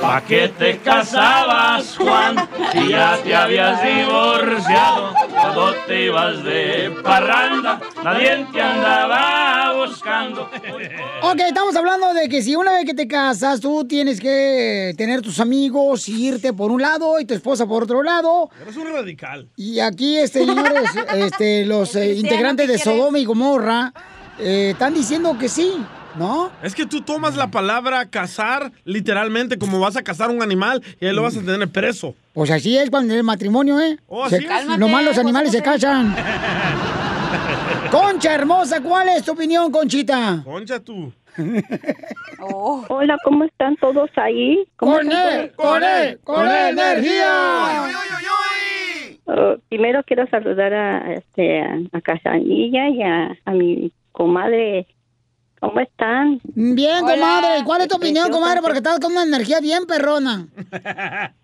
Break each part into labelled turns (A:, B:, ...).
A: ¿Pa qué te casabas, Juan? Si ya te habías divorciado cuando te ibas de parranda. Nadie te andaba buscando.
B: Ok, estamos hablando de que si una vez que te casas, tú tienes que tener tus amigos, irte por un lado y tu esposa por otro lado.
C: Eres un radical.
B: Y aquí, este, señores, este, los eh, integrantes de Sodoma y Gomorra eh, están diciendo que sí. ¿No?
C: Es que tú tomas la palabra cazar literalmente como vas a cazar un animal y ahí lo vas a tener preso.
B: Pues así es cuando el matrimonio, ¿eh?
C: Oh,
B: Se-
C: así es. Cálmate,
B: nomás los animales se casan. Concha hermosa, ¿cuál es tu opinión, Conchita?
C: Concha tú.
D: Oh.
E: Hola, ¿cómo están todos ahí? ¿Cómo
B: Con
E: están
B: él,
E: todos?
B: con él, con él, energía.
E: Oh, primero quiero saludar a, este, a, a Casanilla y a, a mi comadre. ¿Cómo están?
B: Bien,
E: Hola.
B: comadre. ¿Cuál es tu opinión,
E: Preciosa.
B: comadre? Porque estás con una energía bien perrona.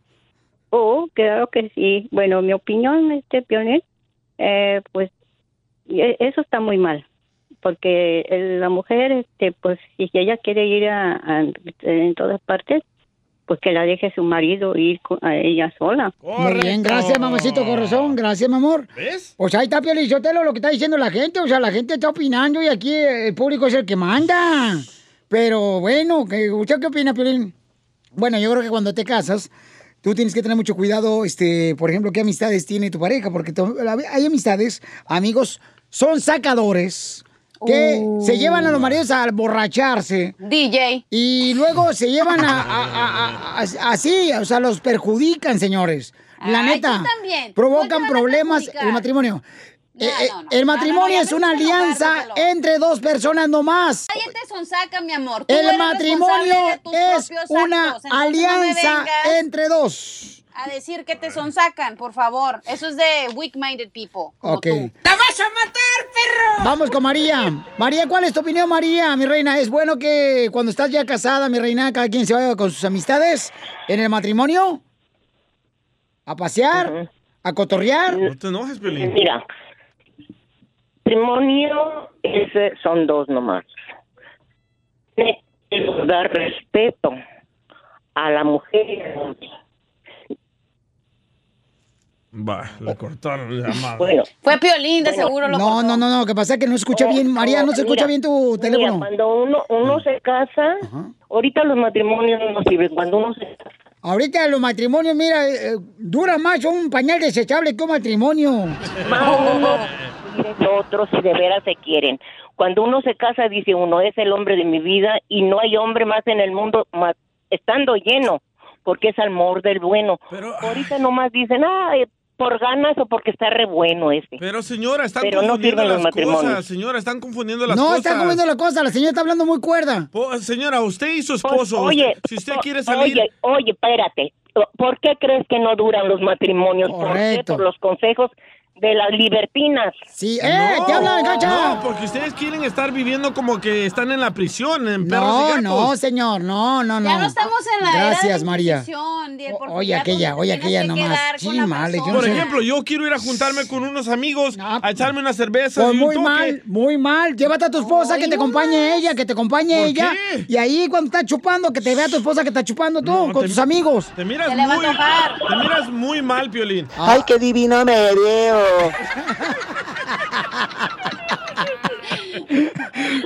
E: Oh, claro que sí. Bueno, mi opinión, este pionel, eh, pues e- eso está muy mal, porque eh, la mujer, este, pues si ella quiere ir a, a- en todas partes, pues que la deje su marido ir co- a ella sola.
B: Muy bien, gracias, mamacito corazón. Gracias, mi amor.
C: ¿Ves?
B: O sea, ahí está Pio Lizotelo lo que está diciendo la gente. O sea, la gente está opinando y aquí el público es el que manda. Pero bueno, ¿qué- ¿usted qué opina, Piolín? Bueno, yo creo que cuando te casas, tú tienes que tener mucho cuidado, este, por ejemplo, qué amistades tiene tu pareja, porque to- hay amistades, amigos, son sacadores que
F: Uh.
B: se llevan a los maridos a borracharse. DJ. Y luego se llevan a, a- a- a- así, o sea, los perjudican, señores. La
D: Ay,
B: neta.
D: tú también.
B: Provocan problemas el matrimonio. Eh, eh, El matrimonio es una alianza entre dos personas nomás.
D: Cállate, sonsaca, mi amor. Tú
B: El
D: eres
B: matrimonio
D: responsable de tus
B: es
D: propios
B: una
D: actos, entonces no me
B: alianza
D: vengas
B: entre dos.
D: A decir que te sonsacan, por favor. Eso es de weak-minded people.
B: Ok. vas a matar, perro! Vamos con María. María, ¿cuál es tu opinión, María, mi reina? ¿Es bueno que cuando estás ya casada, mi reina, cada quien se vaya con sus amistades en el matrimonio? ¿A pasear? ¿A cotorrear?
C: No te enojes, Pelín.
G: Mira, matrimonio ese son dos nomás. Tiene que dar respeto a la mujer y al hombre.
C: Va, le cortaron la madre.
G: Bueno.
D: Fue Piolín, de seguro lo
B: No, no, no, no, que pasa es que no escucha bien, María, no se
G: Mira,
B: escucha bien tu
G: mira,
B: teléfono. Ah.
G: cuando uno, uno se casa, ahorita los matrimonios no sirven. Cuando uno se
B: Ahorita los matrimonios, mira, eh, eh, dura más un pañal desechable que un matrimonio.
G: Más uno quiere que otro si de veras se quieren. Cuando uno se casa dice uno es el hombre de mi vida y no hay hombre más en el mundo más estando lleno porque es amor del bueno. Ahorita nomás dicen ah eh, por ganas o porque está re bueno este". ese.
C: Pero señora, están
G: Pero no
C: confundiendo
G: sirven los
C: las cosas.
G: matrimonios.
C: Señora, están confundiendo las
B: no,
C: cosas.
B: está comiendo la cosa, la señora está hablando muy cuerda.
C: Po- señora, usted y su esposo.
G: Oye,
C: usted- si usted
G: o-
C: quiere salir.
G: Oye, oye, espérate. ¿Por qué crees que no duran los matrimonios? ¿Por qué?
C: Correcto.
G: Por los consejos de las libertinas.
B: Sí,
C: No, No, porque ustedes quieren estar viviendo como que están en la prisión, en perros y
B: No,
C: gatos.
B: no, señor, no, no, no.
D: Ya no estamos en la era de
B: Gracias,
D: la
B: María.
D: Inquisición, Diel, porque
B: Oye,
D: ya
B: aquella,
D: donde
B: oye,
D: tienes
B: aquella
D: que
B: nomás.
D: quedar con la
B: Chimales, yo no
C: Por
B: sé.
C: ejemplo, yo quiero ir a juntarme con unos amigos a echarme una cerveza.
B: Pues muy mal, muy mal. Llévate a tu esposa, que te acompañe ella, que te acompañe
C: ¿Por
B: ella. Y ahí cuando está chupando, que te vea tu esposa que está chupando tú, con tus amigos.
C: Te miras,
B: Se
C: muy,
B: le va a tocar.
C: te miras muy mal, Piolín.
B: Ay, qué divino me veo.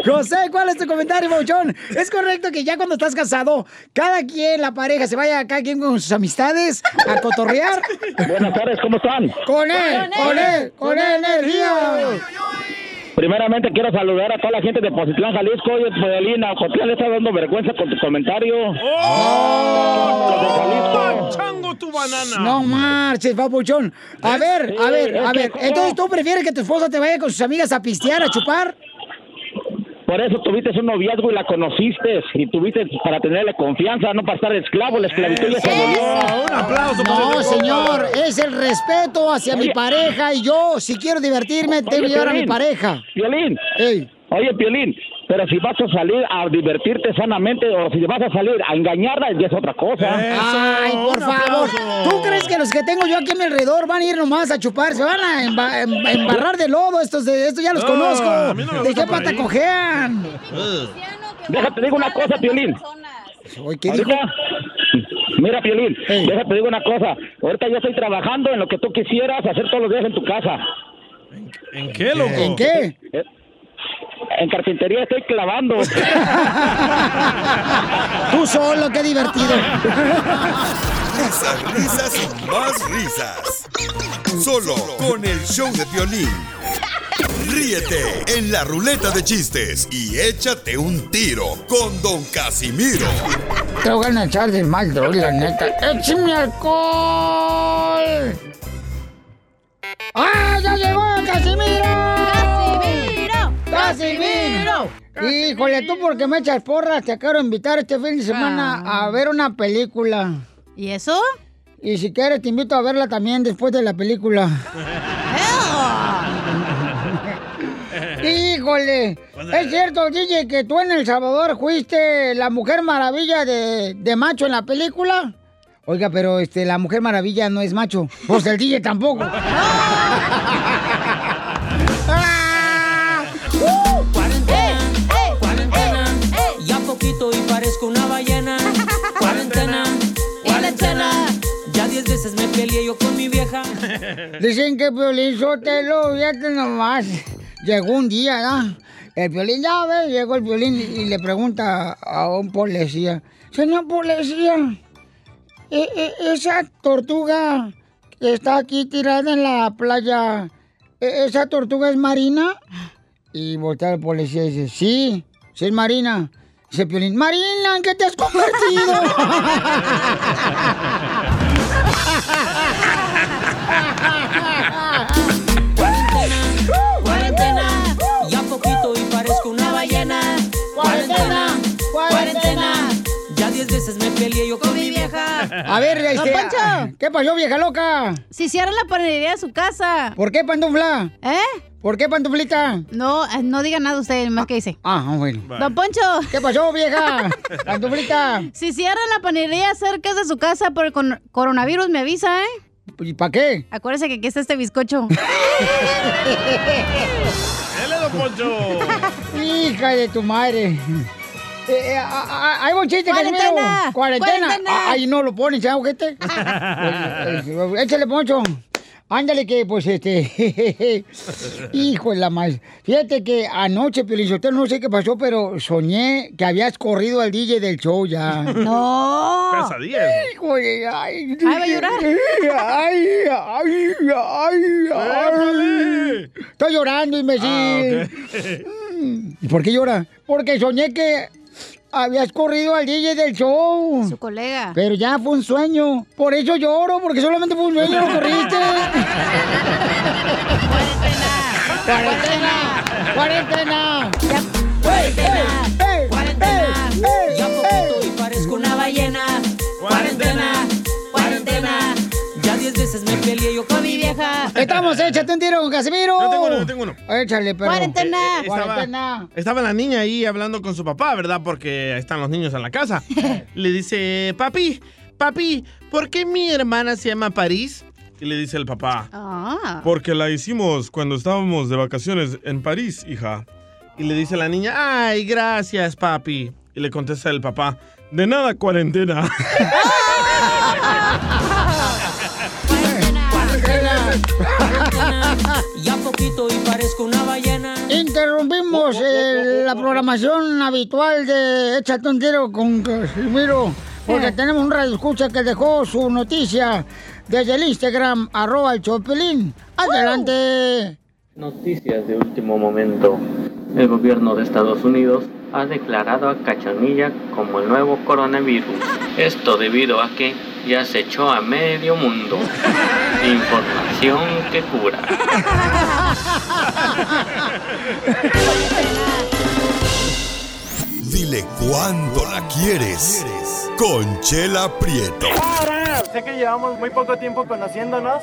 B: José, ¿cuál es tu comentario, Bouchón? ¿Es correcto que ya cuando estás casado, cada quien, la pareja, se vaya cada quien con sus amistades a cotorrear?
H: Buenas tardes, ¿cómo están?
B: Con él, con él, con él, energía.
H: Primeramente quiero saludar a toda la gente de Pozitlán, Jalisco. Oye, pues, Podelina, Cotlán le está dando vergüenza con tu comentario.
C: Oh. ¡Chango tu banana!
B: No marches, papuchón.
H: ¿Eh?
B: A ver, a ver, a ver. Entonces, ¿tú prefieres que tu esposa te vaya con sus amigas a pistear, a chupar?
H: Por eso tuviste un noviazgo y la conociste. Y tuviste para tenerle confianza, no para estar esclavo. La esclavitud ya se abolió.
C: Un aplauso.
B: No, señor, es el respeto hacia mi
H: Oye.
B: pareja y yo, si quiero divertirme, tengo que llevar a mi
H: Piolín,
B: pareja.
H: Piolín. Oye, Piolín, pero si vas a salir a divertirte sanamente o si vas a salir a engañarla, ya es otra cosa.
B: Ay, por
H: un
B: favor.
H: aplauso.
B: ¿Tú crees que los que tengo yo aquí a mi alrededor van a ir nomás a chupar? Se van a emba- em- embarrar de lodo, estos de estos ya los
H: No,
B: conozco.
H: a mí no me
B: ¿De
H: gusta
B: qué
H: por
B: pata
H: ahí.
B: cojean?
H: Déjate, digo una cosa, Piolín.
B: Oye, ¿qué dijo?
H: Mira, Piolín, déjate te digo una cosa. Ahorita yo estoy trabajando en lo que tú quisieras hacer todos los días en tu casa.
C: ¿En qué, loco?
B: ¿En qué?
H: Eh, En carpintería estoy clavando.
B: Tú solo, qué divertido.
F: Risas, risas y más risas. Solo con el show de violín. Ríete en la ruleta de chistes y échate un tiro con Don Casimiro.
B: Te voy a echar de mal, droga, la neta. ¡Échame alcohol! ¡Ah, ya llegó Casimiro! ¡Casimiro! ¡Casimiro! Híjole, tú porque me echas porras, te quiero invitar este fin de semana a ver una película. Ah. ¿Y eso? Y si quieres, te invito a verla también después de la película. Híjole, es cierto, DJ, que tú en El Salvador fuiste la mujer maravilla de, de macho en la película. Oiga, pero este, la mujer maravilla no es macho. Pues el DJ tampoco.
I: Cuarentena, ya poquito y parezco una ballena. Cuarentena, cuarentena, ya diez veces me peleé yo con mi vieja.
B: Dicen que Piolín Sotelo, fíjate nomás. Llegó un día, ¿no? El Piolín, ya ves, llegó el Piolín y le pregunta a un policía. Señor policía, e- e- esa tortuga que está aquí tirada en la playa, ¿e- ¿esa tortuga es marina? Y voltea el policía y dice, sí, sí es marina. Dice Piolín, Marina, ¿en qué te has convertido?
I: Cuarentena, ya poquito y parezco una ballena. Cuarentena, cuarentena, ya diez veces me peleé yo con mi vieja.
B: A ver, este,
D: Don Poncho.
B: ¿qué pasó, vieja loca?
D: Si cierran la panadería de su casa.
B: ¿Por qué pantufla?
D: ¿Eh?
B: ¿Por qué pantuflita?
D: No, eh, no diga nada usted, más que dice.
B: Ah, bueno.
D: Don Poncho.
B: ¿Qué pasó, vieja? Pantuflita.
D: Si cierran la panadería cerca de su casa por el con- coronavirus, me avisa, ¿eh?
B: ¿Y para qué?
D: Acuérdese que aquí está este bizcocho.
C: ¡Dele, don Poncho!
B: Hija de tu madre. Eh, eh, a- a- Hay un chiste, Casimiro.
D: Cuarentena.
B: Cuarentena.
D: Cuarentena.
B: Ay, no lo ponen, ¿sabes, ojete? Eh, Échale, Poncho. Ándale que, pues, este... Hijo de la madre. Fíjate que anoche, Piolizotero, no sé qué pasó, pero soñé que habías corrido al DJ del show ya.
D: ¡No!
C: Pesadillas.
B: Hijo de... Ay,
D: Ay, va a llorar.
B: Ay, ay, ay, ay.
C: ¡Épale! Ah,
B: Estoy llorando, imbécil. ¿Y por qué llora? Porque soñé que habías corrido al DJ del show.
D: Su colega.
B: Pero ya fue un sueño. Por eso lloro, porque solamente fue un sueño, lo corriste. ¡Cuarentena! ¡Cuarentena!
I: Cuarentena,
B: ¡Ey!
I: cuarentena,
B: ¡Ey!
I: ya poquito
B: ¡Ey!
I: y parezco una ballena. Cuarentena, cuarentena, ya diez veces me peleé yo con mi vieja.
B: Estamos, échate un tiro con Casimiro.
C: Yo tengo uno, yo tengo uno.
B: Échale, pero.
D: Cuarentena.
C: Eh,
B: Cuarentena.
C: estaba, estaba la niña ahí hablando con su papá, ¿verdad? Porque están los niños en la casa. le dice, papi, papi, ¿por qué mi hermana se llama París? Y le dice el papá,
D: Ah.
C: porque la hicimos cuando estábamos de vacaciones en París, hija. Y le dice la niña, ay, gracias, papi. Y le contesta el papá, de nada, cuarentena.
I: Ya poquito y parezco una ballena.
C: Oh,
B: Interrumpimos eh, la programación habitual de Échate un tiro con Casimiro, porque
D: Eh.
B: tenemos un radio escucha que dejó su noticia desde el Instagram, arroba el Chopelín. Adelante.
J: Noticias de último momento. El gobierno de Estados Unidos ha declarado a Cachanilla como el nuevo coronavirus. Esto debido a que ya se echó a medio mundo. Información que cura.
F: Dile cuándo la quieres. Conchela Prieto.
K: Ahora, sé que llevamos muy poco tiempo conociéndonos.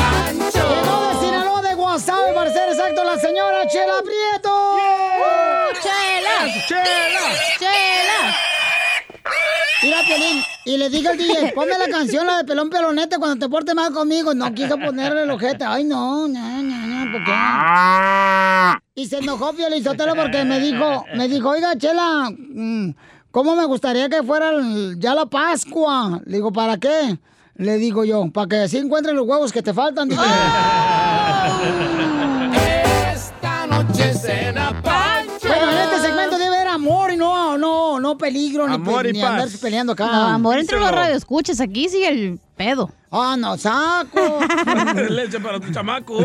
B: de Sinaloa de Guasave, para ser exacto, la señora Chela Prieto. Uh,
D: ¡Chela!
B: ¡Chela!
D: ¡Chela!
B: Mira, Piolín, y le diga el DJ, ponme la canción, la de pelón pelonete, cuando te portes mal conmigo. No quiso ponerle el ojete. Ay, no, no, no, no, ¿por qué? Y se enojó Piolín Sotelo porque me dijo, me dijo, oiga, Chela, mm, ¿cómo me gustaría que fuera el- ya la Pascua? Le digo, ¿para qué? Le digo yo, para que así encuentres los huevos que te faltan. dije.
I: Esta noche cena pancho.
B: Bueno, en este segmento debe haber amor y no, no, no peligro ni,
I: Amor
B: pe-
I: y
B: ni
I: paz.
B: andarse peleando acá.
D: No, amor, entre los
B: radio
D: radioescuchas, aquí sigue el pedo.
B: Ah, no, saco.
C: Leche para tu chamaco.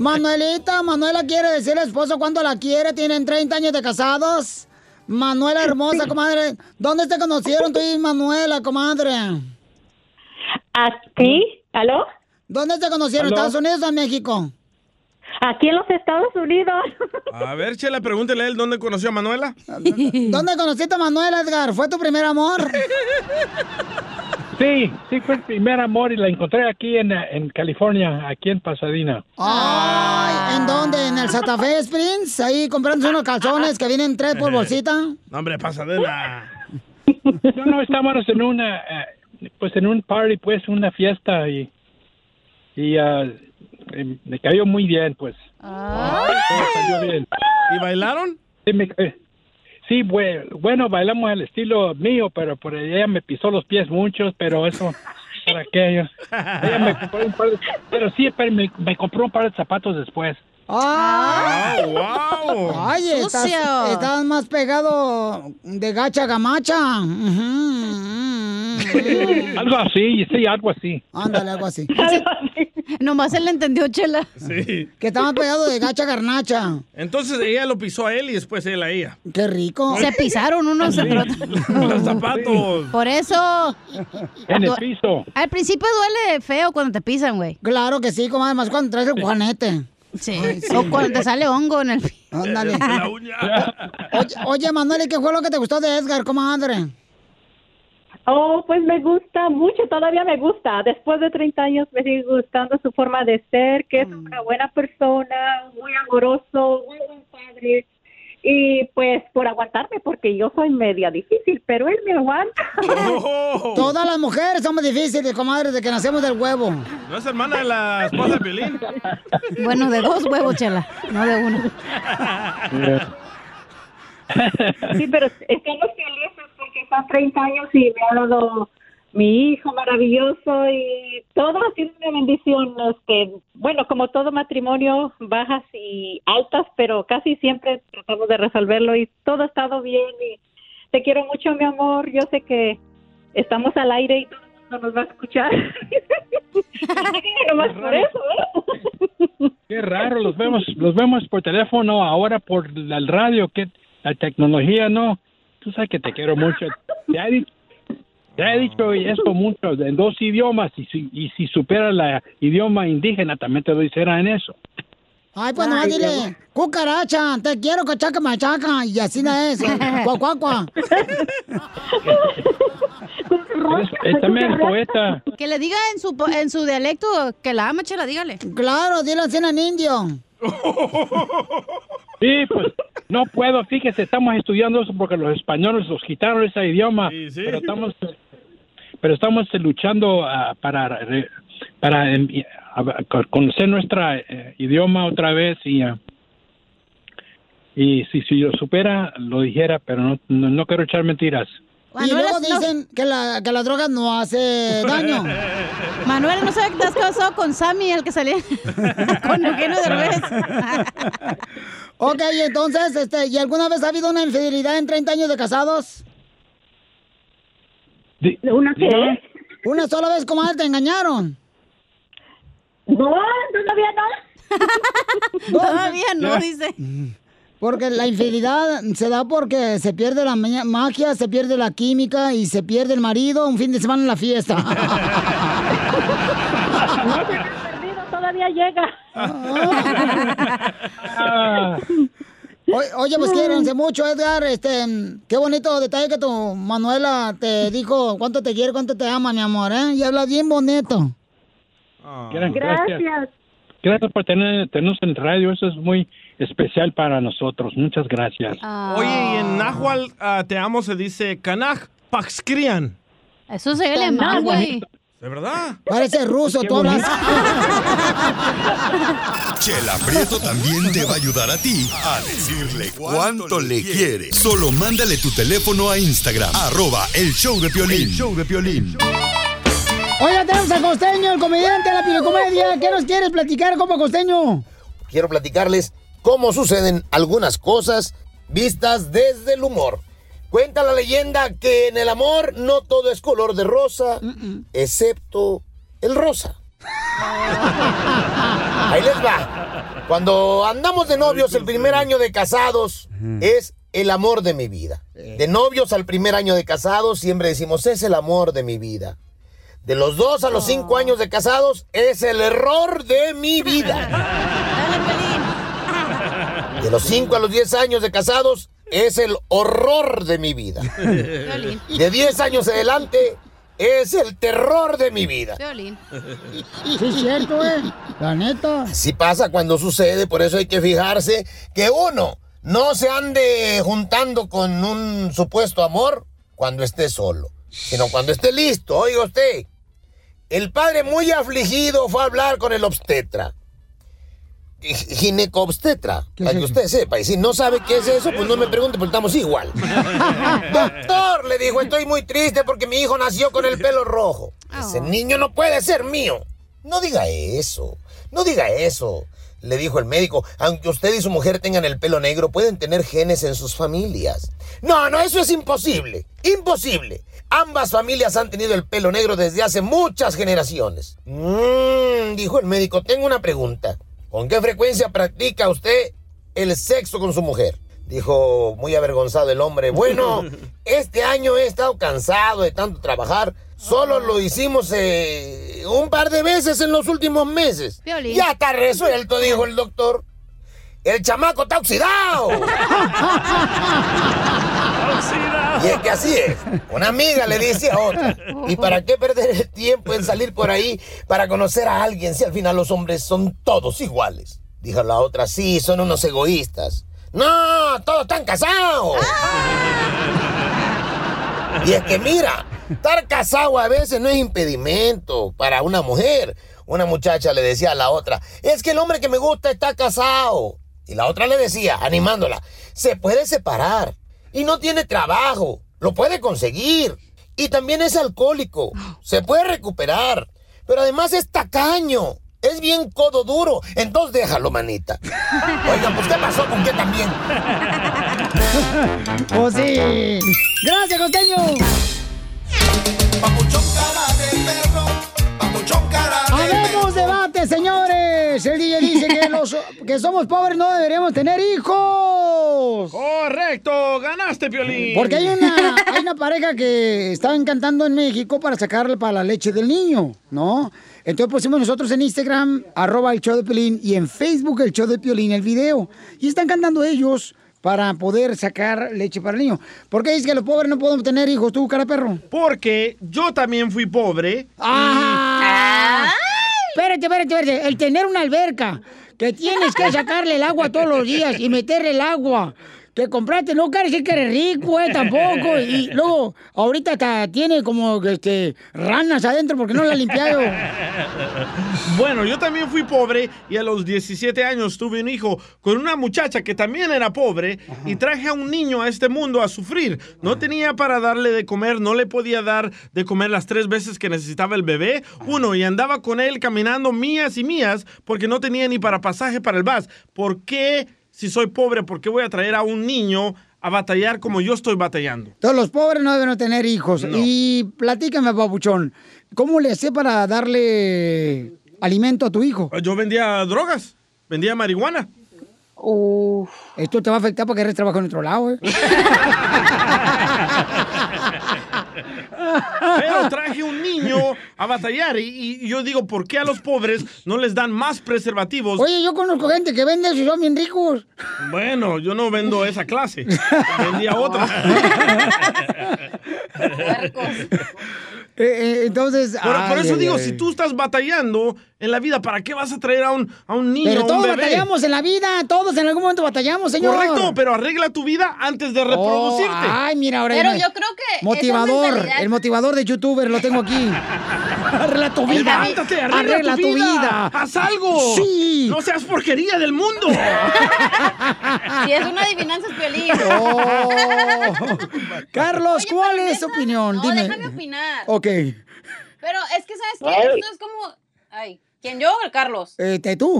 B: Manuelita, Manuela quiere decirle al esposo cuánto la quiere. Tienen 30 años de casados. Manuela hermosa, comadre. ¿Dónde te conocieron tú y Manuela, comadre?
L: Aquí, ¿aló?
B: ¿Dónde te conocieron?
C: ¿Aló?
B: ¿Estados Unidos o en México?
L: Aquí en los Estados Unidos.
C: A ver, Chela, pregúntele a él dónde conoció a Manuela.
B: ¿Dónde conociste a Manuela, Edgar? ¿Fue tu primer amor?
M: Sí, sí fue el primer amor y la encontré aquí en, eh, en California, aquí en Pasadena.
B: Ay, ¿en dónde? ¿En el Santa Fe Springs? Ahí comprándose unos calzones que vienen tres por bolsita.
C: No, hombre, Pasadena.
M: No, no, estábamos en una, eh, pues en un party, pues una fiesta y, y ah, eh, me cayó muy bien, pues.
B: Ah.
M: Todo salió bien.
C: ¿Y bailaron?
M: Sí, me- eh, sí, bue- bueno, bailamos al estilo mío, pero por ella me pisó los pies muchos, pero eso, para aquello. Ella me compró un par de- pero sí, pero me, me compró un par de zapatos después.
B: ¡Ay!
C: wow!
B: Ah,
D: Ah,
B: ¡Ay, estás,
I: Sucio.
B: estás más pegado de gacha gamacha! Ujú.
M: algo así, sí, algo así.
B: Mm. Ándale, algo así.
D: Nomás él le entendió, Chela.
C: Sí.
B: Que estaba pegado de gacha garnacha.
C: Entonces ella lo pisó a él y después él a ella.
B: Qué rico.
D: Se pisaron unos entre otros.
C: Los zapatos.
D: Por eso.
C: En el
D: Du-
M: piso.
D: Al principio duele feo cuando te pisan, güey.
B: Claro que sí, como además cuando traes el guanete.
D: Sí.
B: Ay, sí.
D: O cuando te sale hongo en el.
B: Ándale. Oye, oye, Manuel, ¿y qué fue lo que te gustó de Edgar, comadre?
L: Oh, pues me gusta mucho, todavía me gusta. Después de 30 años me sigue gustando su forma de ser, que
D: Mm.
L: es una buena persona, muy amoroso, muy buen padre. Y pues por aguantarme, porque yo soy media difícil, pero él me aguanta.
B: Todas las mujeres somos difíciles, comadre, de que nacemos del huevo.
C: ¿No es hermana de la esposa de Piolín?
D: Bueno, de dos huevos, Chela, no de uno.
L: Sí, pero estamos felices porque están 30 años y me ha dado mi hijo maravilloso y todo ha sido una bendición. Este, bueno, como todo matrimonio, bajas y altas, pero casi siempre tratamos de resolverlo y todo ha estado bien. Y te quiero mucho, mi amor. Yo sé que estamos al aire y todo el mundo nos va a escuchar. Nomás por eso, ¿eh?
M: Qué raro, los vemos, los vemos por teléfono, ahora por la radio, que la tecnología, no. Tú sabes que te quiero mucho. Te he dicho, te he dicho esto mucho, en dos idiomas, y si, y si supera la idioma indígena, también te lo hiciera en eso.
B: Ay, pues nomás dile, cucaracha, te quiero, cachaca, machaca, y así no es. Cuacuacua.
M: Eres- eh, también el poeta.
D: Que le diga en su, en su dialecto que la ama, Chela, dígale.
B: Claro, dile así en indio.
M: Sí, pues no puedo, fíjese, estamos estudiando eso porque los españoles los quitaron ese idioma, pero estamos pero estamos eh, luchando ah, para re- para eh, a- a- conocer nuestro idioma otra vez y ah, y si, si lo supera lo dijera, pero no, no, no quiero echar mentiras.
B: Y luego dicen que, la, que la droga no hace daño.
D: Manuel, no sabe que te has casado con Sammy, el que salía con Eugenio Derbez.
B: Ok, y entonces, este, ¿y alguna vez ha habido una infidelidad en 30 años de casados?
L: ¿Una qué?
B: ¿Una sola vez, comadre, te engañaron?
L: No, todavía
B: no.
D: Todavía no, dice.
B: Porque la infidelidad se da porque se pierde la ma- magia, se pierde la química y se pierde el marido un fin de semana en la fiesta.
L: perdido, todavía llega.
B: O- Oye, pues quiéranse mucho, Edgar. Este, mm, qué bonito detalle que tu Manuela te dijo cuánto te quiere, cuánto te ama, mi amor, ¿eh? Y habla bien bonito. Ah.
M: Gra- Gracias por tener, tenernos en radio, eso es muy especial para nosotros. Muchas gracias.
C: Oye, y en Nahual ah, te amo se dice Canaj Paxcrian.
D: Eso se ve alemán, güey.
C: ¿De verdad?
B: Parece ruso, tú hablas.
F: Chela Prieto también te va a ayudar a ti a decirle cuánto le quiere. Solo mándale tu teléfono a Instagram, arroba el show de Piolín. show de Piolín.
B: Oiga, tenemos a Costeño, el comediante de la pilocomedia. ¿Qué nos quieres platicar, compa Costeño?
N: Quiero platicarles cómo suceden algunas cosas vistas desde el humor. Cuenta la leyenda que en el amor no todo es color de rosa, excepto el rosa. Ahí les va. Cuando andamos de novios el primer año de casados es el amor de mi vida. De novios al primer año de casados siempre decimos es el amor de mi vida. De los dos a los cinco años de casados es el error de mi vida. De los cinco a los diez años de casados es el horror de mi vida. De 10 años adelante es el terror de mi vida.
D: Violín.
B: Sí, es cierto, eh. La neta.
N: Así pasa cuando sucede, por eso hay que fijarse que uno no se ande juntando con un supuesto amor cuando esté solo, sino cuando esté listo. Oiga usted, el padre muy afligido fue a hablar con el obstetra. Gi- Ginecobstetra, para que usted sepa. Y si no sabe qué es eso, pues no me pregunte, porque estamos igual. Doctor, le dijo, estoy muy triste porque mi hijo nació con el pelo rojo. Ese niño no puede ser mío. No diga eso, no diga eso, le dijo el médico. Aunque usted y su mujer tengan el pelo negro, pueden tener genes en sus familias. No, no, eso es imposible, imposible. Ambas familias han tenido el pelo negro desde hace muchas generaciones. "Mm", dijo el médico, tengo una pregunta. ¿Con qué frecuencia practica usted el sexo con su mujer? Dijo muy avergonzado el hombre. Bueno, este año he estado cansado de tanto trabajar. Solo lo hicimos eh, un par de veces en los últimos meses.
D: Piolín.
N: Ya está resuelto, dijo el doctor. El chamaco está oxidado. Y es que así es. Una amiga le dice a otra. ¿Y para qué perder el tiempo en salir por ahí para conocer a alguien si al final los hombres son todos iguales? Dijo la otra, sí, son unos egoístas. No, todos están casados. Y es que mira, estar casado a veces no es impedimento para una mujer. Una muchacha le decía a la otra, es que el hombre que me gusta está casado. Y la otra le decía, animándola, se puede separar y no tiene trabajo, lo puede conseguir. Y también es alcohólico, se puede recuperar. Pero además es tacaño, es bien codo duro. Entonces déjalo, manita. Oigan, pues ¿qué pasó con qué también?
B: Oh, sí. Gracias, Costeño. Habemos debate, señores. El DJ dice que, los, que somos pobres no deberíamos tener hijos.
C: Correcto, ganaste, Piolín.
B: Porque hay una, hay una pareja que estaban cantando en México para sacarle para la leche del niño, ¿no? Entonces pusimos nosotros en Instagram, arroba el show de Piolín, y en Facebook el show de Piolín, el video. Y están cantando ellos para poder sacar leche para el niño. ¿Por qué dices que los pobres no podemos tener hijos tú, cara de perro?
C: Porque yo también fui pobre.
B: ¡Ah! Espérate, espérate, espérate. El tener una alberca que tienes que sacarle el agua todos los días y meterle el agua. Que compraste, no quiere decir que eres rico, eh, tampoco. Y luego, ahorita hasta tiene como este, ranas adentro porque no la ha limpiado.
C: Bueno, yo también fui pobre y a los 17 años tuve un hijo con una muchacha que también era pobre y traje a un niño a este mundo a sufrir. No tenía para darle de comer, no le podía dar de comer las tres veces que necesitaba el bebé. Uno, y andaba con él caminando mías y mías porque no tenía ni para pasaje para el bus. ¿Por qué, si soy pobre, por qué voy a traer a un niño a batallar como yo estoy batallando?
B: Todos los pobres no deben tener hijos. Y platícame, papuchón, ¿cómo le hacía para darle alimento a tu hijo?
C: Yo vendía drogas, vendía marihuana.
B: Esto te va a afectar porque eres trabajo en otro lado, ¿eh?
C: Pero traje un niño a batallar y, y yo digo, ¿por qué a los pobres no les dan más preservativos?
B: Oye, yo conozco gente que vende eso y son bien ricos.
C: Bueno, yo no vendo esa clase, vendía otra.
B: eh, entonces.
C: Por, por
B: ay,
C: eso
B: ay,
C: digo,
B: ay.
C: si tú estás batallando en la vida, ¿para qué vas a traer a un, a un niño?
B: Pero
C: a un
B: todos
C: bebé?
B: batallamos en la vida, todos en algún momento batallamos, señor.
C: Correcto, pero arregla tu vida antes de reproducirte.
B: Oh, ay, mira, ahora
O: Pero
B: hay-
O: yo creo que esa
B: Motivador,
O: mentalidad-
B: el motivador de youtuber lo tengo aquí. Arregla tu vida.
C: Levántate, arregla, tu, vida. Haz algo.
B: Sí.
C: No seas porquería del mundo.
D: Si es una adivinanza, es violín.
B: Oh. Carlos, ¿cuál es tu opinión?
O: No,
B: Dime. Oh.
O: déjame opinar.
B: Ok.
O: Pero es que, ¿sabes qué?
B: Ay.
O: Esto es como... Ay, ¿quién yo o el Carlos?
B: Este, tú.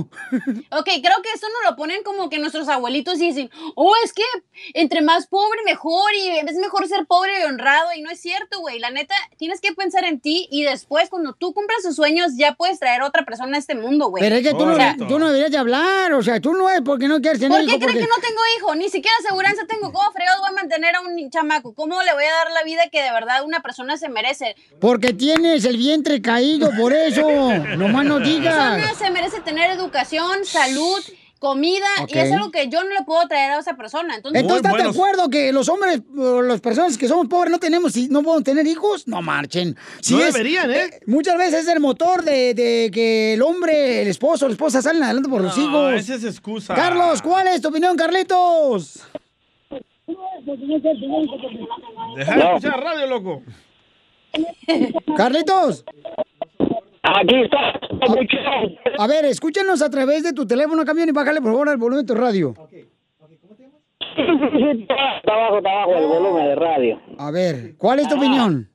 O: Ok, creo que eso nos lo ponen como que nuestros abuelitos dicen, oh, es que entre más pobre mejor y es mejor ser pobre y honrado y no es cierto, güey. La neta, tienes que pensar en ti y después cuando tú cumplas tus sueños ya puedes traer otra persona a este mundo, güey.
B: Pero es que tú
O: O
B: no,
O: sea,
B: tú no deberías de hablar, o sea, tú no es porque no quieres tener
O: ¿Por qué
B: hijo,
O: creen
B: porque-
O: que no tengo hijo? Ni siquiera aseguranza tengo. ¿Cómo fregados voy a mantener a un chamaco? ¿Cómo le voy a dar la vida que de verdad una persona se merece?
B: Porque tienes el vientre caído, por eso. Nomás no
O: persona
B: digas.
O: se merece tener educación, salud, comida,
B: Ok.
O: y es algo que yo no le puedo traer a esa persona. Entonces,
B: Entonces, ¿estás de acuerdo que los hombres, o las personas que somos pobres, no tenemos y no podemos tener hijos? No marchen.
O: No deberían, ¿eh?
B: Muchas veces es el motor de, de que el hombre, el esposo, la esposa salen adelante por los
C: No,
B: hijos.
C: esa es excusa.
B: Carlos, ¿cuál es tu opinión, Carlitos?
C: Deja de escuchar radio, loco.
B: Carlitos.
H: Aquí está.
B: A ver, escúchanos a través de tu teléfono, camión, y bájale por favor al volumen de tu radio.
H: Está abajo, está abajo el volumen de radio.
B: A ver, ¿cuál es tu opinión?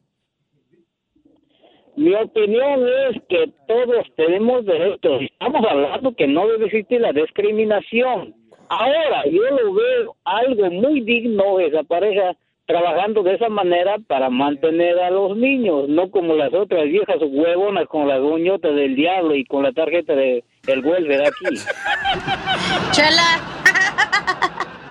H: Mi opinión es que todos tenemos derechos. Estamos hablando que no debe existir la discriminación. Ahora, yo lo veo algo muy digno esa pareja trabajando de esa manera para mantener a los niños, no como las otras viejas huevonas con la goñota del diablo y con la tarjeta de el welfare aquí.
O: Chela.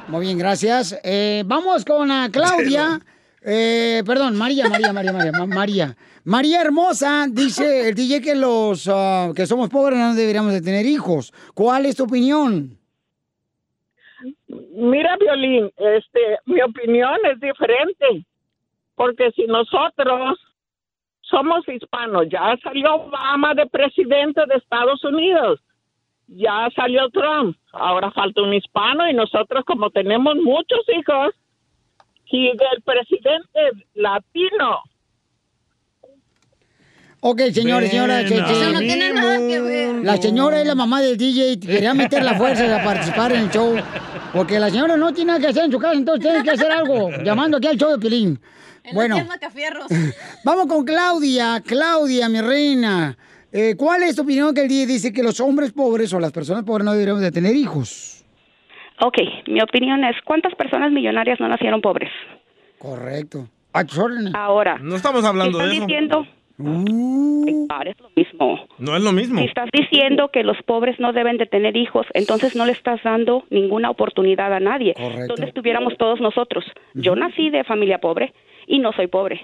B: Muy bien, gracias. Eh, vamos con a Claudia. Eh, perdón, María, María, María, María, Ma- María. María Hermosa dice el DJ que los ah, que somos pobres no deberíamos de tener hijos. ¿Cuál es tu opinión?
P: Mira, Violín, este, mi opinión es diferente, porque si nosotros somos hispanos, ya salió Obama de presidente de Estados Unidos, ya salió Trump, ahora falta un hispano y nosotros como tenemos muchos hijos y del presidente latino.
B: Ok, señores, señora. che- che-
O: Eso no tiene nada que ver.
B: Mm. La señora es la mamá del DJ, quería meter la fuerza a participar en el show. Porque la señora no tiene nada que hacer en su casa, entonces tiene que hacer algo, llamando aquí al show de Pilín. Bueno, vamos con Claudia, Claudia, mi reina. Eh, ¿Cuál es tu opinión que el DJ dice que los hombres pobres o las personas pobres no deberíamos de tener hijos?
Q: Ok, mi opinión es, ¿cuántas personas millonarias no nacieron pobres?
B: Correcto. A tus órdenes.
Q: Ahora.
C: No estamos hablando
Q: si
C: de
Q: estás
C: eso.
Q: Diciendo,
B: Uh.
Q: Ahora es lo mismo.
C: No es lo mismo.
Q: Si estás diciendo que los pobres no deben de tener hijos, entonces no le estás dando ninguna oportunidad a nadie.
B: Correcto.
Q: Donde estuviéramos todos nosotros. Yo nací de familia pobre y no soy pobre.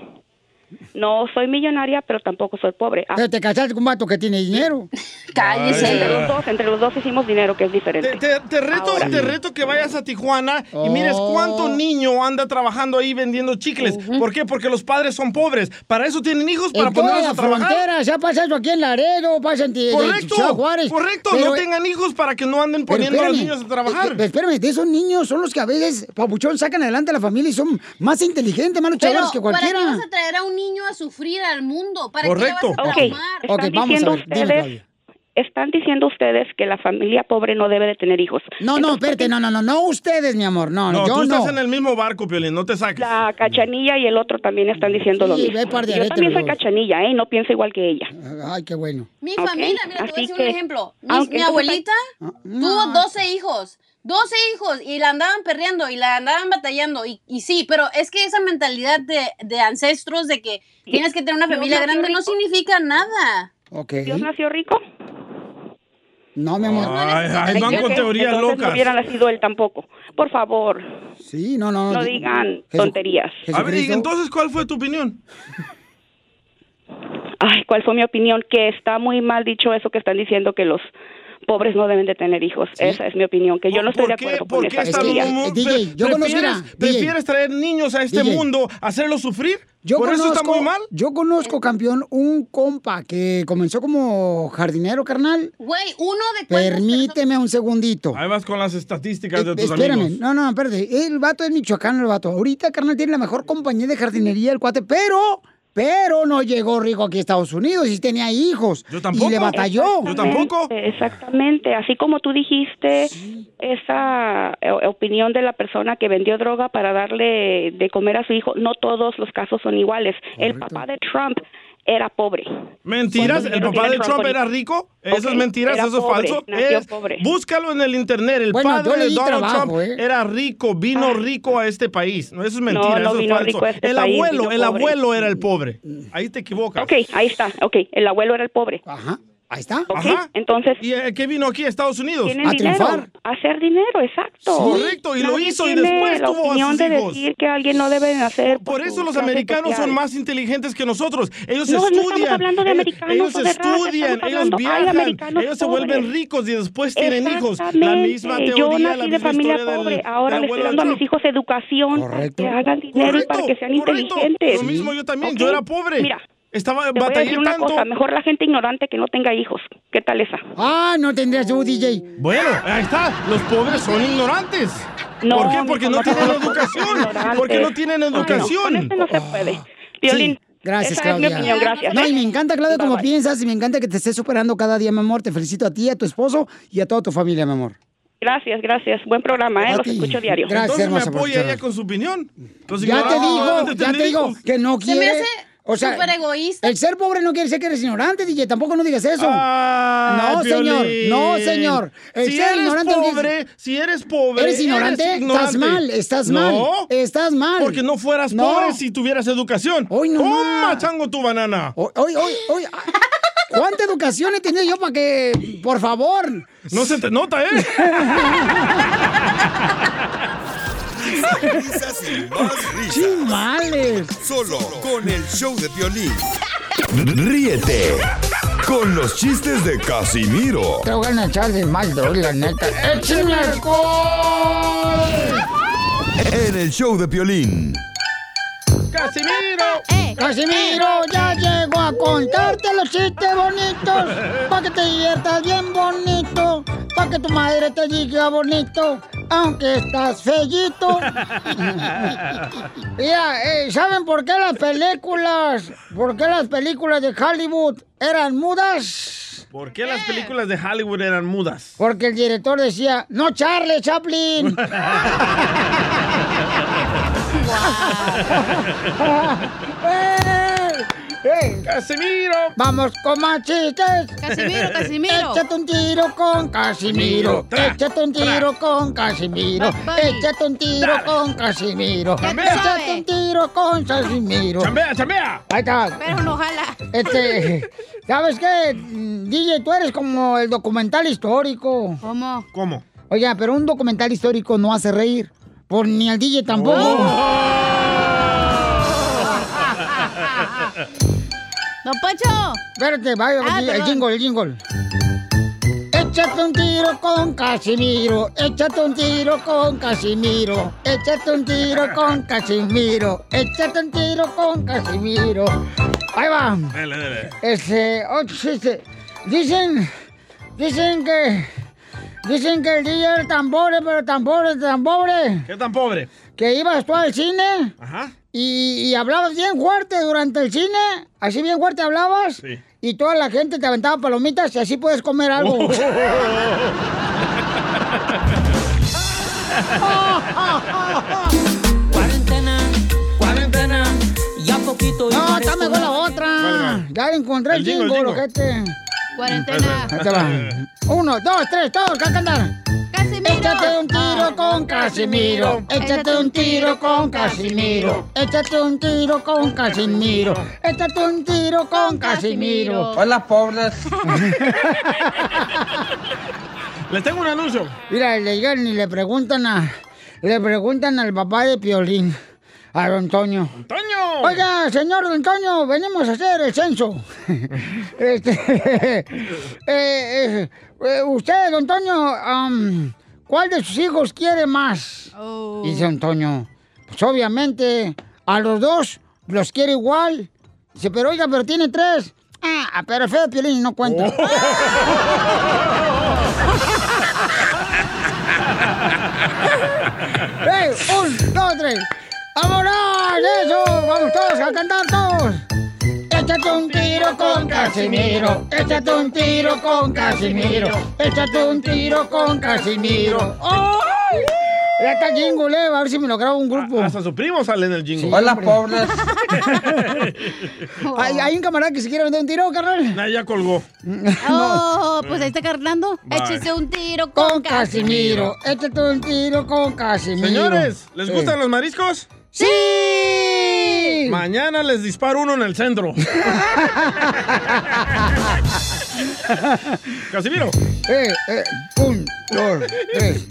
Q: No soy millonaria, pero tampoco soy pobre. Ah,
B: Pero te casaste con un vato que tiene dinero.
Q: entre los dos, entre los dos hicimos dinero, que es diferente.
C: Te, te reto,
B: Ah,
Q: Ahora.
C: te reto que vayas a Tijuana y mires
B: Oh.
C: cuánto niño anda trabajando ahí vendiendo chicles. ¿Por qué? Porque los padres son pobres. Para eso tienen hijos, para
B: en toda
C: ponerlos
B: la
C: a trabajar.
B: frontera, ya pasa eso aquí en Laredo, pasa en Ti-
C: Correcto,
B: Ciudad Juárez.
C: correcto, no tengan hijos para que no anden
B: Pero
C: poniendo a los
B: espérame,
C: niños a trabajar.
B: eh, eh, espérame, de esos niños son los que a veces, papuchón, sacan adelante a la familia y son más inteligentes, más luchadores
O: Pero,
B: que
O: ¿para qué
B: cualquiera.
O: vas a traer a un niño a sufrir al mundo? ¿Para
Q: Correcto.
O: qué le vas a
Q: Ok,
O: traumar?
Q: están diciendo ustedes, están diciendo ustedes que la familia pobre no debe de tener hijos.
B: No, no, espérate, no, no, no, no ustedes, mi amor, no,
C: No,
B: no,
C: tú
B: yo
C: estás
B: no.
C: en el mismo barco, Piolín, no te saques.
Q: La cachanilla y el otro también están diciendo lo
B: Sí,
Q: mismo.
B: ve par de
Q: Yo
B: arete
Q: también
B: los
Q: soy
B: dos.
Q: cachanilla, ¿eh? No pienso igual que ella.
B: Ah, Ay, qué bueno.
O: Mi
Q: Ok,
O: familia, mira, te voy a
Q: así
O: decir
Q: que-
O: un ejemplo. Mi,
Q: aunque
O: mi
Q: tú-
O: abuelita
B: Ah,
O: tuvo
Q: No.
O: 12 hijos. 12 hijos y la andaban perreando y la andaban batallando. Y, y sí, pero es que esa mentalidad de, de ancestros de que tienes que tener una
Q: Dios
O: familia
Q: nació
O: grande no significa nada.
B: Ok.
Q: ¿Dios nació rico?
B: No, mi amor.
C: Ay, ay, van con teorías
Q: Entonces
C: locas.
Q: no hubiera nacido él tampoco. Por favor.
B: Sí, no, no.
Q: No digan tonterías.
C: A ver, y entonces, ¿cuál fue tu opinión?
Q: Ay, ¿cuál fue mi opinión? Que está muy mal dicho eso que están diciendo que los pobres no deben de tener hijos. Esa es mi opinión, que yo no estoy de
C: ¿Por qué,
Q: acuerdo con
C: por qué
Q: esa
C: está
Q: teoría.
C: muy- pre- prefieres, prefieres traer niños a este
B: DJ.
C: mundo, hacerlos sufrir?
B: Yo
C: ¿Por eso está muy mal?
B: Yo conozco, campeón, un compa que comenzó como jardinero, carnal.
O: Güey, uno de
B: Permíteme un segundito.
C: Ahí vas con las estadísticas de tus
B: Espérame,
C: amigos.
B: no, no, espérate. El vato es Michoacán, el vato. Ahorita, carnal, tiene la mejor compañía de jardinería, el cuate, pero, pero no llegó rico aquí a Estados Unidos y tenía hijos. Yo Y le batalló.
Q: Exactamente, Exactamente, así como tú dijiste, esa eh, opinión de la persona que vendió droga para darle de comer a su hijo, no todos los casos son iguales. El papá de Trump era pobre.
C: Mentiras,
Q: Cuando
C: el
Q: vieron
C: papá
Q: que
C: de Trump
Q: ahorita-
C: era rico. Eso
Q: Ok,
C: es mentiras,
Q: era
C: eso es
Q: pobre,
C: falso.
Q: nació
C: Es-
Q: pobre.
C: búscalo en el internet. El
Q: Bueno, yo
C: padre
Q: le
C: de
Q: di
C: Donald
Q: trabajo,
C: Trump
Q: ¿eh?
C: era rico, vino rico a este país. No, eso es mentira,
Q: No, no
C: eso es
Q: vino rico
C: falso.
Q: a este
C: el
Q: país,
C: abuelo,
Q: vino
C: el
Q: pobre.
C: abuelo era el pobre. Ahí te equivocas.
Q: Ok, ahí está, ok, el abuelo era el pobre.
B: Ajá, ahí está.
C: Ajá.
Q: Entonces.
C: ¿Y eh, qué vino aquí a Estados Unidos?
Q: Tienen dinero, a hacer dinero, exacto.
C: Sí, correcto, y lo
Q: Nadie
C: hizo y
Q: tiene
C: después
Q: la
C: tuvo a
Q: opinión
C: sus
Q: de
C: hijos.
Q: decir que alguien no debe nacer.
C: Por eso
Q: su
C: los
Q: clase
C: americanos
Q: social.
C: son más inteligentes que nosotros. Ellos
Q: No, no estamos
C: estudian.
Q: hablando de
C: ellos-
Q: americanos
C: ellos
Q: o de raza,
C: estudian,
Q: estamos
C: ellos
Q: hablando- hay
C: viajan,
Q: americanos
C: ellos se vuelven
Q: pobres.
C: ricos y después pues, tienen hijos. La
Q: Exactamente. Eh,
C: misma teoría,
Q: Yo
C: la
Q: nací de
C: misma
Q: familia
C: historia del-
Q: pobre.
C: del
Q: Ahora le estoy
C: abuelo de
Q: dando a mis
C: Trump.
Q: hijos educación para que hagan dinero y para que sean
C: correcto.
Q: inteligentes.
C: Lo mismo yo también,
Q: Ok,
C: yo era pobre.
Q: Mira,
C: Estaba
Q: te voy a decir
C: batallé
Q: una
C: tanto.
Q: cosa. Mejor la gente ignorante que no tenga hijos. ¿Qué tal esa?
B: Ah, no tendrías tú, DJ.
C: Bueno, ahí está. Los pobres son ignorantes.
Q: No,
C: ¿Por qué?
Q: no
C: Porque
Q: son
C: no
Q: los
C: tienen
Q: pobres, son
C: educación.
Q: ignorantes.
C: Porque no tienen
Q: Ay, no, con
C: educación.
Q: este no se puede. Violín.
B: Ah, Gracias,
Q: esa
B: Claudia.
Q: es mi opinión, gracias.
B: No, y me encanta, Claudia,
Q: Bye,
B: como
Q: bye.
B: piensas y me encanta que te estés superando cada día, mi amor. Te felicito a ti, a tu esposo y a toda tu familia, mi amor.
Q: Gracias, gracias. Buen programa,
B: A
Q: ¿eh? Los
B: ti.
Q: escucho diario.
B: Gracias,
C: Entonces me
B: hermosa, por
C: apoya
B: estar.
C: ella con su opinión. Los
B: ya te
C: ignorantes no deben
B: digo,
C: de
B: ya
C: tener
B: te digo
C: hijos.
B: que no
O: Se me
B: quiere.
O: hace
B: o sea,
O: súper egoísta.
B: El ser pobre no quiere decir que eres ignorante, DJ. Tampoco no digas eso.
C: Ay,
B: no, señor.
C: Piolín.
B: No, señor. El
C: Ah, si
B: ser
C: eres
B: ignorante no quiere
C: pobre,
B: decir-
C: si eres pobre,
B: ¿Eres ignorante? Estás mal, estás mal.
C: No.
B: Estás mal.
C: Porque no fueras
B: No.
C: pobre si tuvieras educación. Hoy no. Toma, chango tu banana.
B: Hoy, hoy, hoy. ah, ¿Cuánta educación he tenido yo para que, por favor?
C: No se te nota, ¿eh?
F: Risas y más risas. Solo con el show de violín. Ríete con los chistes de Casimiro
B: Tengo ganas de echarle mal, doy, la neta. ¡Écheme
F: en el show de violín.
C: ¡Casimiro!
B: ¡Casimiro! ¡Ya llego a contarte los chistes bonitos! Pa' que te diviertas bien bonito, pa' que tu madre te diga bonito, aunque estás fellito. Mira, eh, ¿saben por qué las películas, por qué las películas de Hollywood eran mudas?
C: ¿Por qué las películas de Hollywood eran mudas?
B: Porque el director decía, no Charlie Chaplin. ¡Ey! ¡Ey!
C: ¡Casimiro!
B: Vamos con más chistes.
C: Casimiro, Casimiro.
B: Échate un tiro con Casimiro.
I: Tra,
B: Échate un tiro con Casimiro.
I: Bad Bunny.
B: Échate un tiro
I: Dale.
B: con Casimiro.
I: Ya tú sabes.
B: Échate un tiro con Casimiro.
C: ¡Chambea, chambea!
B: Ahí está.
D: Pero no jala.
B: Este, ¿sabes qué? Mm, DJ, tú eres como el documental histórico.
D: ¿Cómo?
C: ¿Cómo?
B: Oiga, pero un documental histórico no hace reír. Por ni al DJ tampoco.
D: ¡No, Pocho!
B: Espérate, vaya,
D: Ah,
B: el
D: perdón.
B: jingle, el jingle. Échate un tiro con Casimiro, échate un tiro con Casimiro, échate un tiro con Casimiro, échate un tiro con Casimiro. Ahí va.
I: Dale, dale.
B: Este, otro chiste. Dicen, dicen que, dicen que el día era tan pobre, pero tan pobre, tan pobre,
C: ¿Qué tan pobre?
B: que ibas tú al cine
C: Ajá.
B: y, y hablabas bien fuerte durante el cine, así bien fuerte hablabas,
C: Sí.
B: y toda la gente te aventaba palomitas y así puedes comer algo.
C: Oh.
I: Cuarentena, cuarentena, ya poquito y
B: No,
I: parezco
B: está mejor la
I: una-
B: otra. Ya le encontré el
I: El jingle, el
B: jingle,
I: jingle.
B: ojete.
I: Cuarentena.
B: Ahí te va. Uno, dos, tres, todos, acá cantar.
D: Casimiro.
B: Échate un tiro con Ah, Casimiro. Échate un tiro con Casimiro. Échate un tiro con Casimiro. Échate un tiro con Casimiro. Hola, pobres.
C: Les tengo un anuncio.
B: Mira, le llegan y le preguntan a. Le preguntan al papá de Piolín. A don Antonio.
C: ¡Antonio!
B: Oiga, señor don Antonio, venimos a hacer el censo. Este, eh, eh, usted, don Antonio, am, ¿cuál de sus hijos quiere más? Dice Antonio. Pues obviamente, a los dos los quiere igual. Dice, pero oiga, pero tiene tres. Ah, ah, pero el feo de Piolín no cuenta. ¡Ey! ¡Un, dos, tres! ¡Vámonos! ¡Eso! ¡Vamos todos a cantar todos! Échate un tiro con Casimiro, échate un tiro con Casimiro, échate un tiro con Casimiro. ¡Ay! Ya está el jingle, eh, a ver si me lo grabo un grupo.
C: Ah, Hasta su primo sale en el jingle.
B: Hola, pobres. ¿Hay, hay un camarada que se quiere vender un tiro, carnal?
C: Nah, ya colgó.
D: Oh, pues ahí está Carlando.
C: Bye.
D: Échese un tiro con Casimiro.
B: Échate un tiro con Casimiro.
C: Señores, ¿les gustan los mariscos?
B: ¡Sí!
C: Mañana les disparo uno en el centro. Casimiro.
B: Eh, eh, un, dos, tres.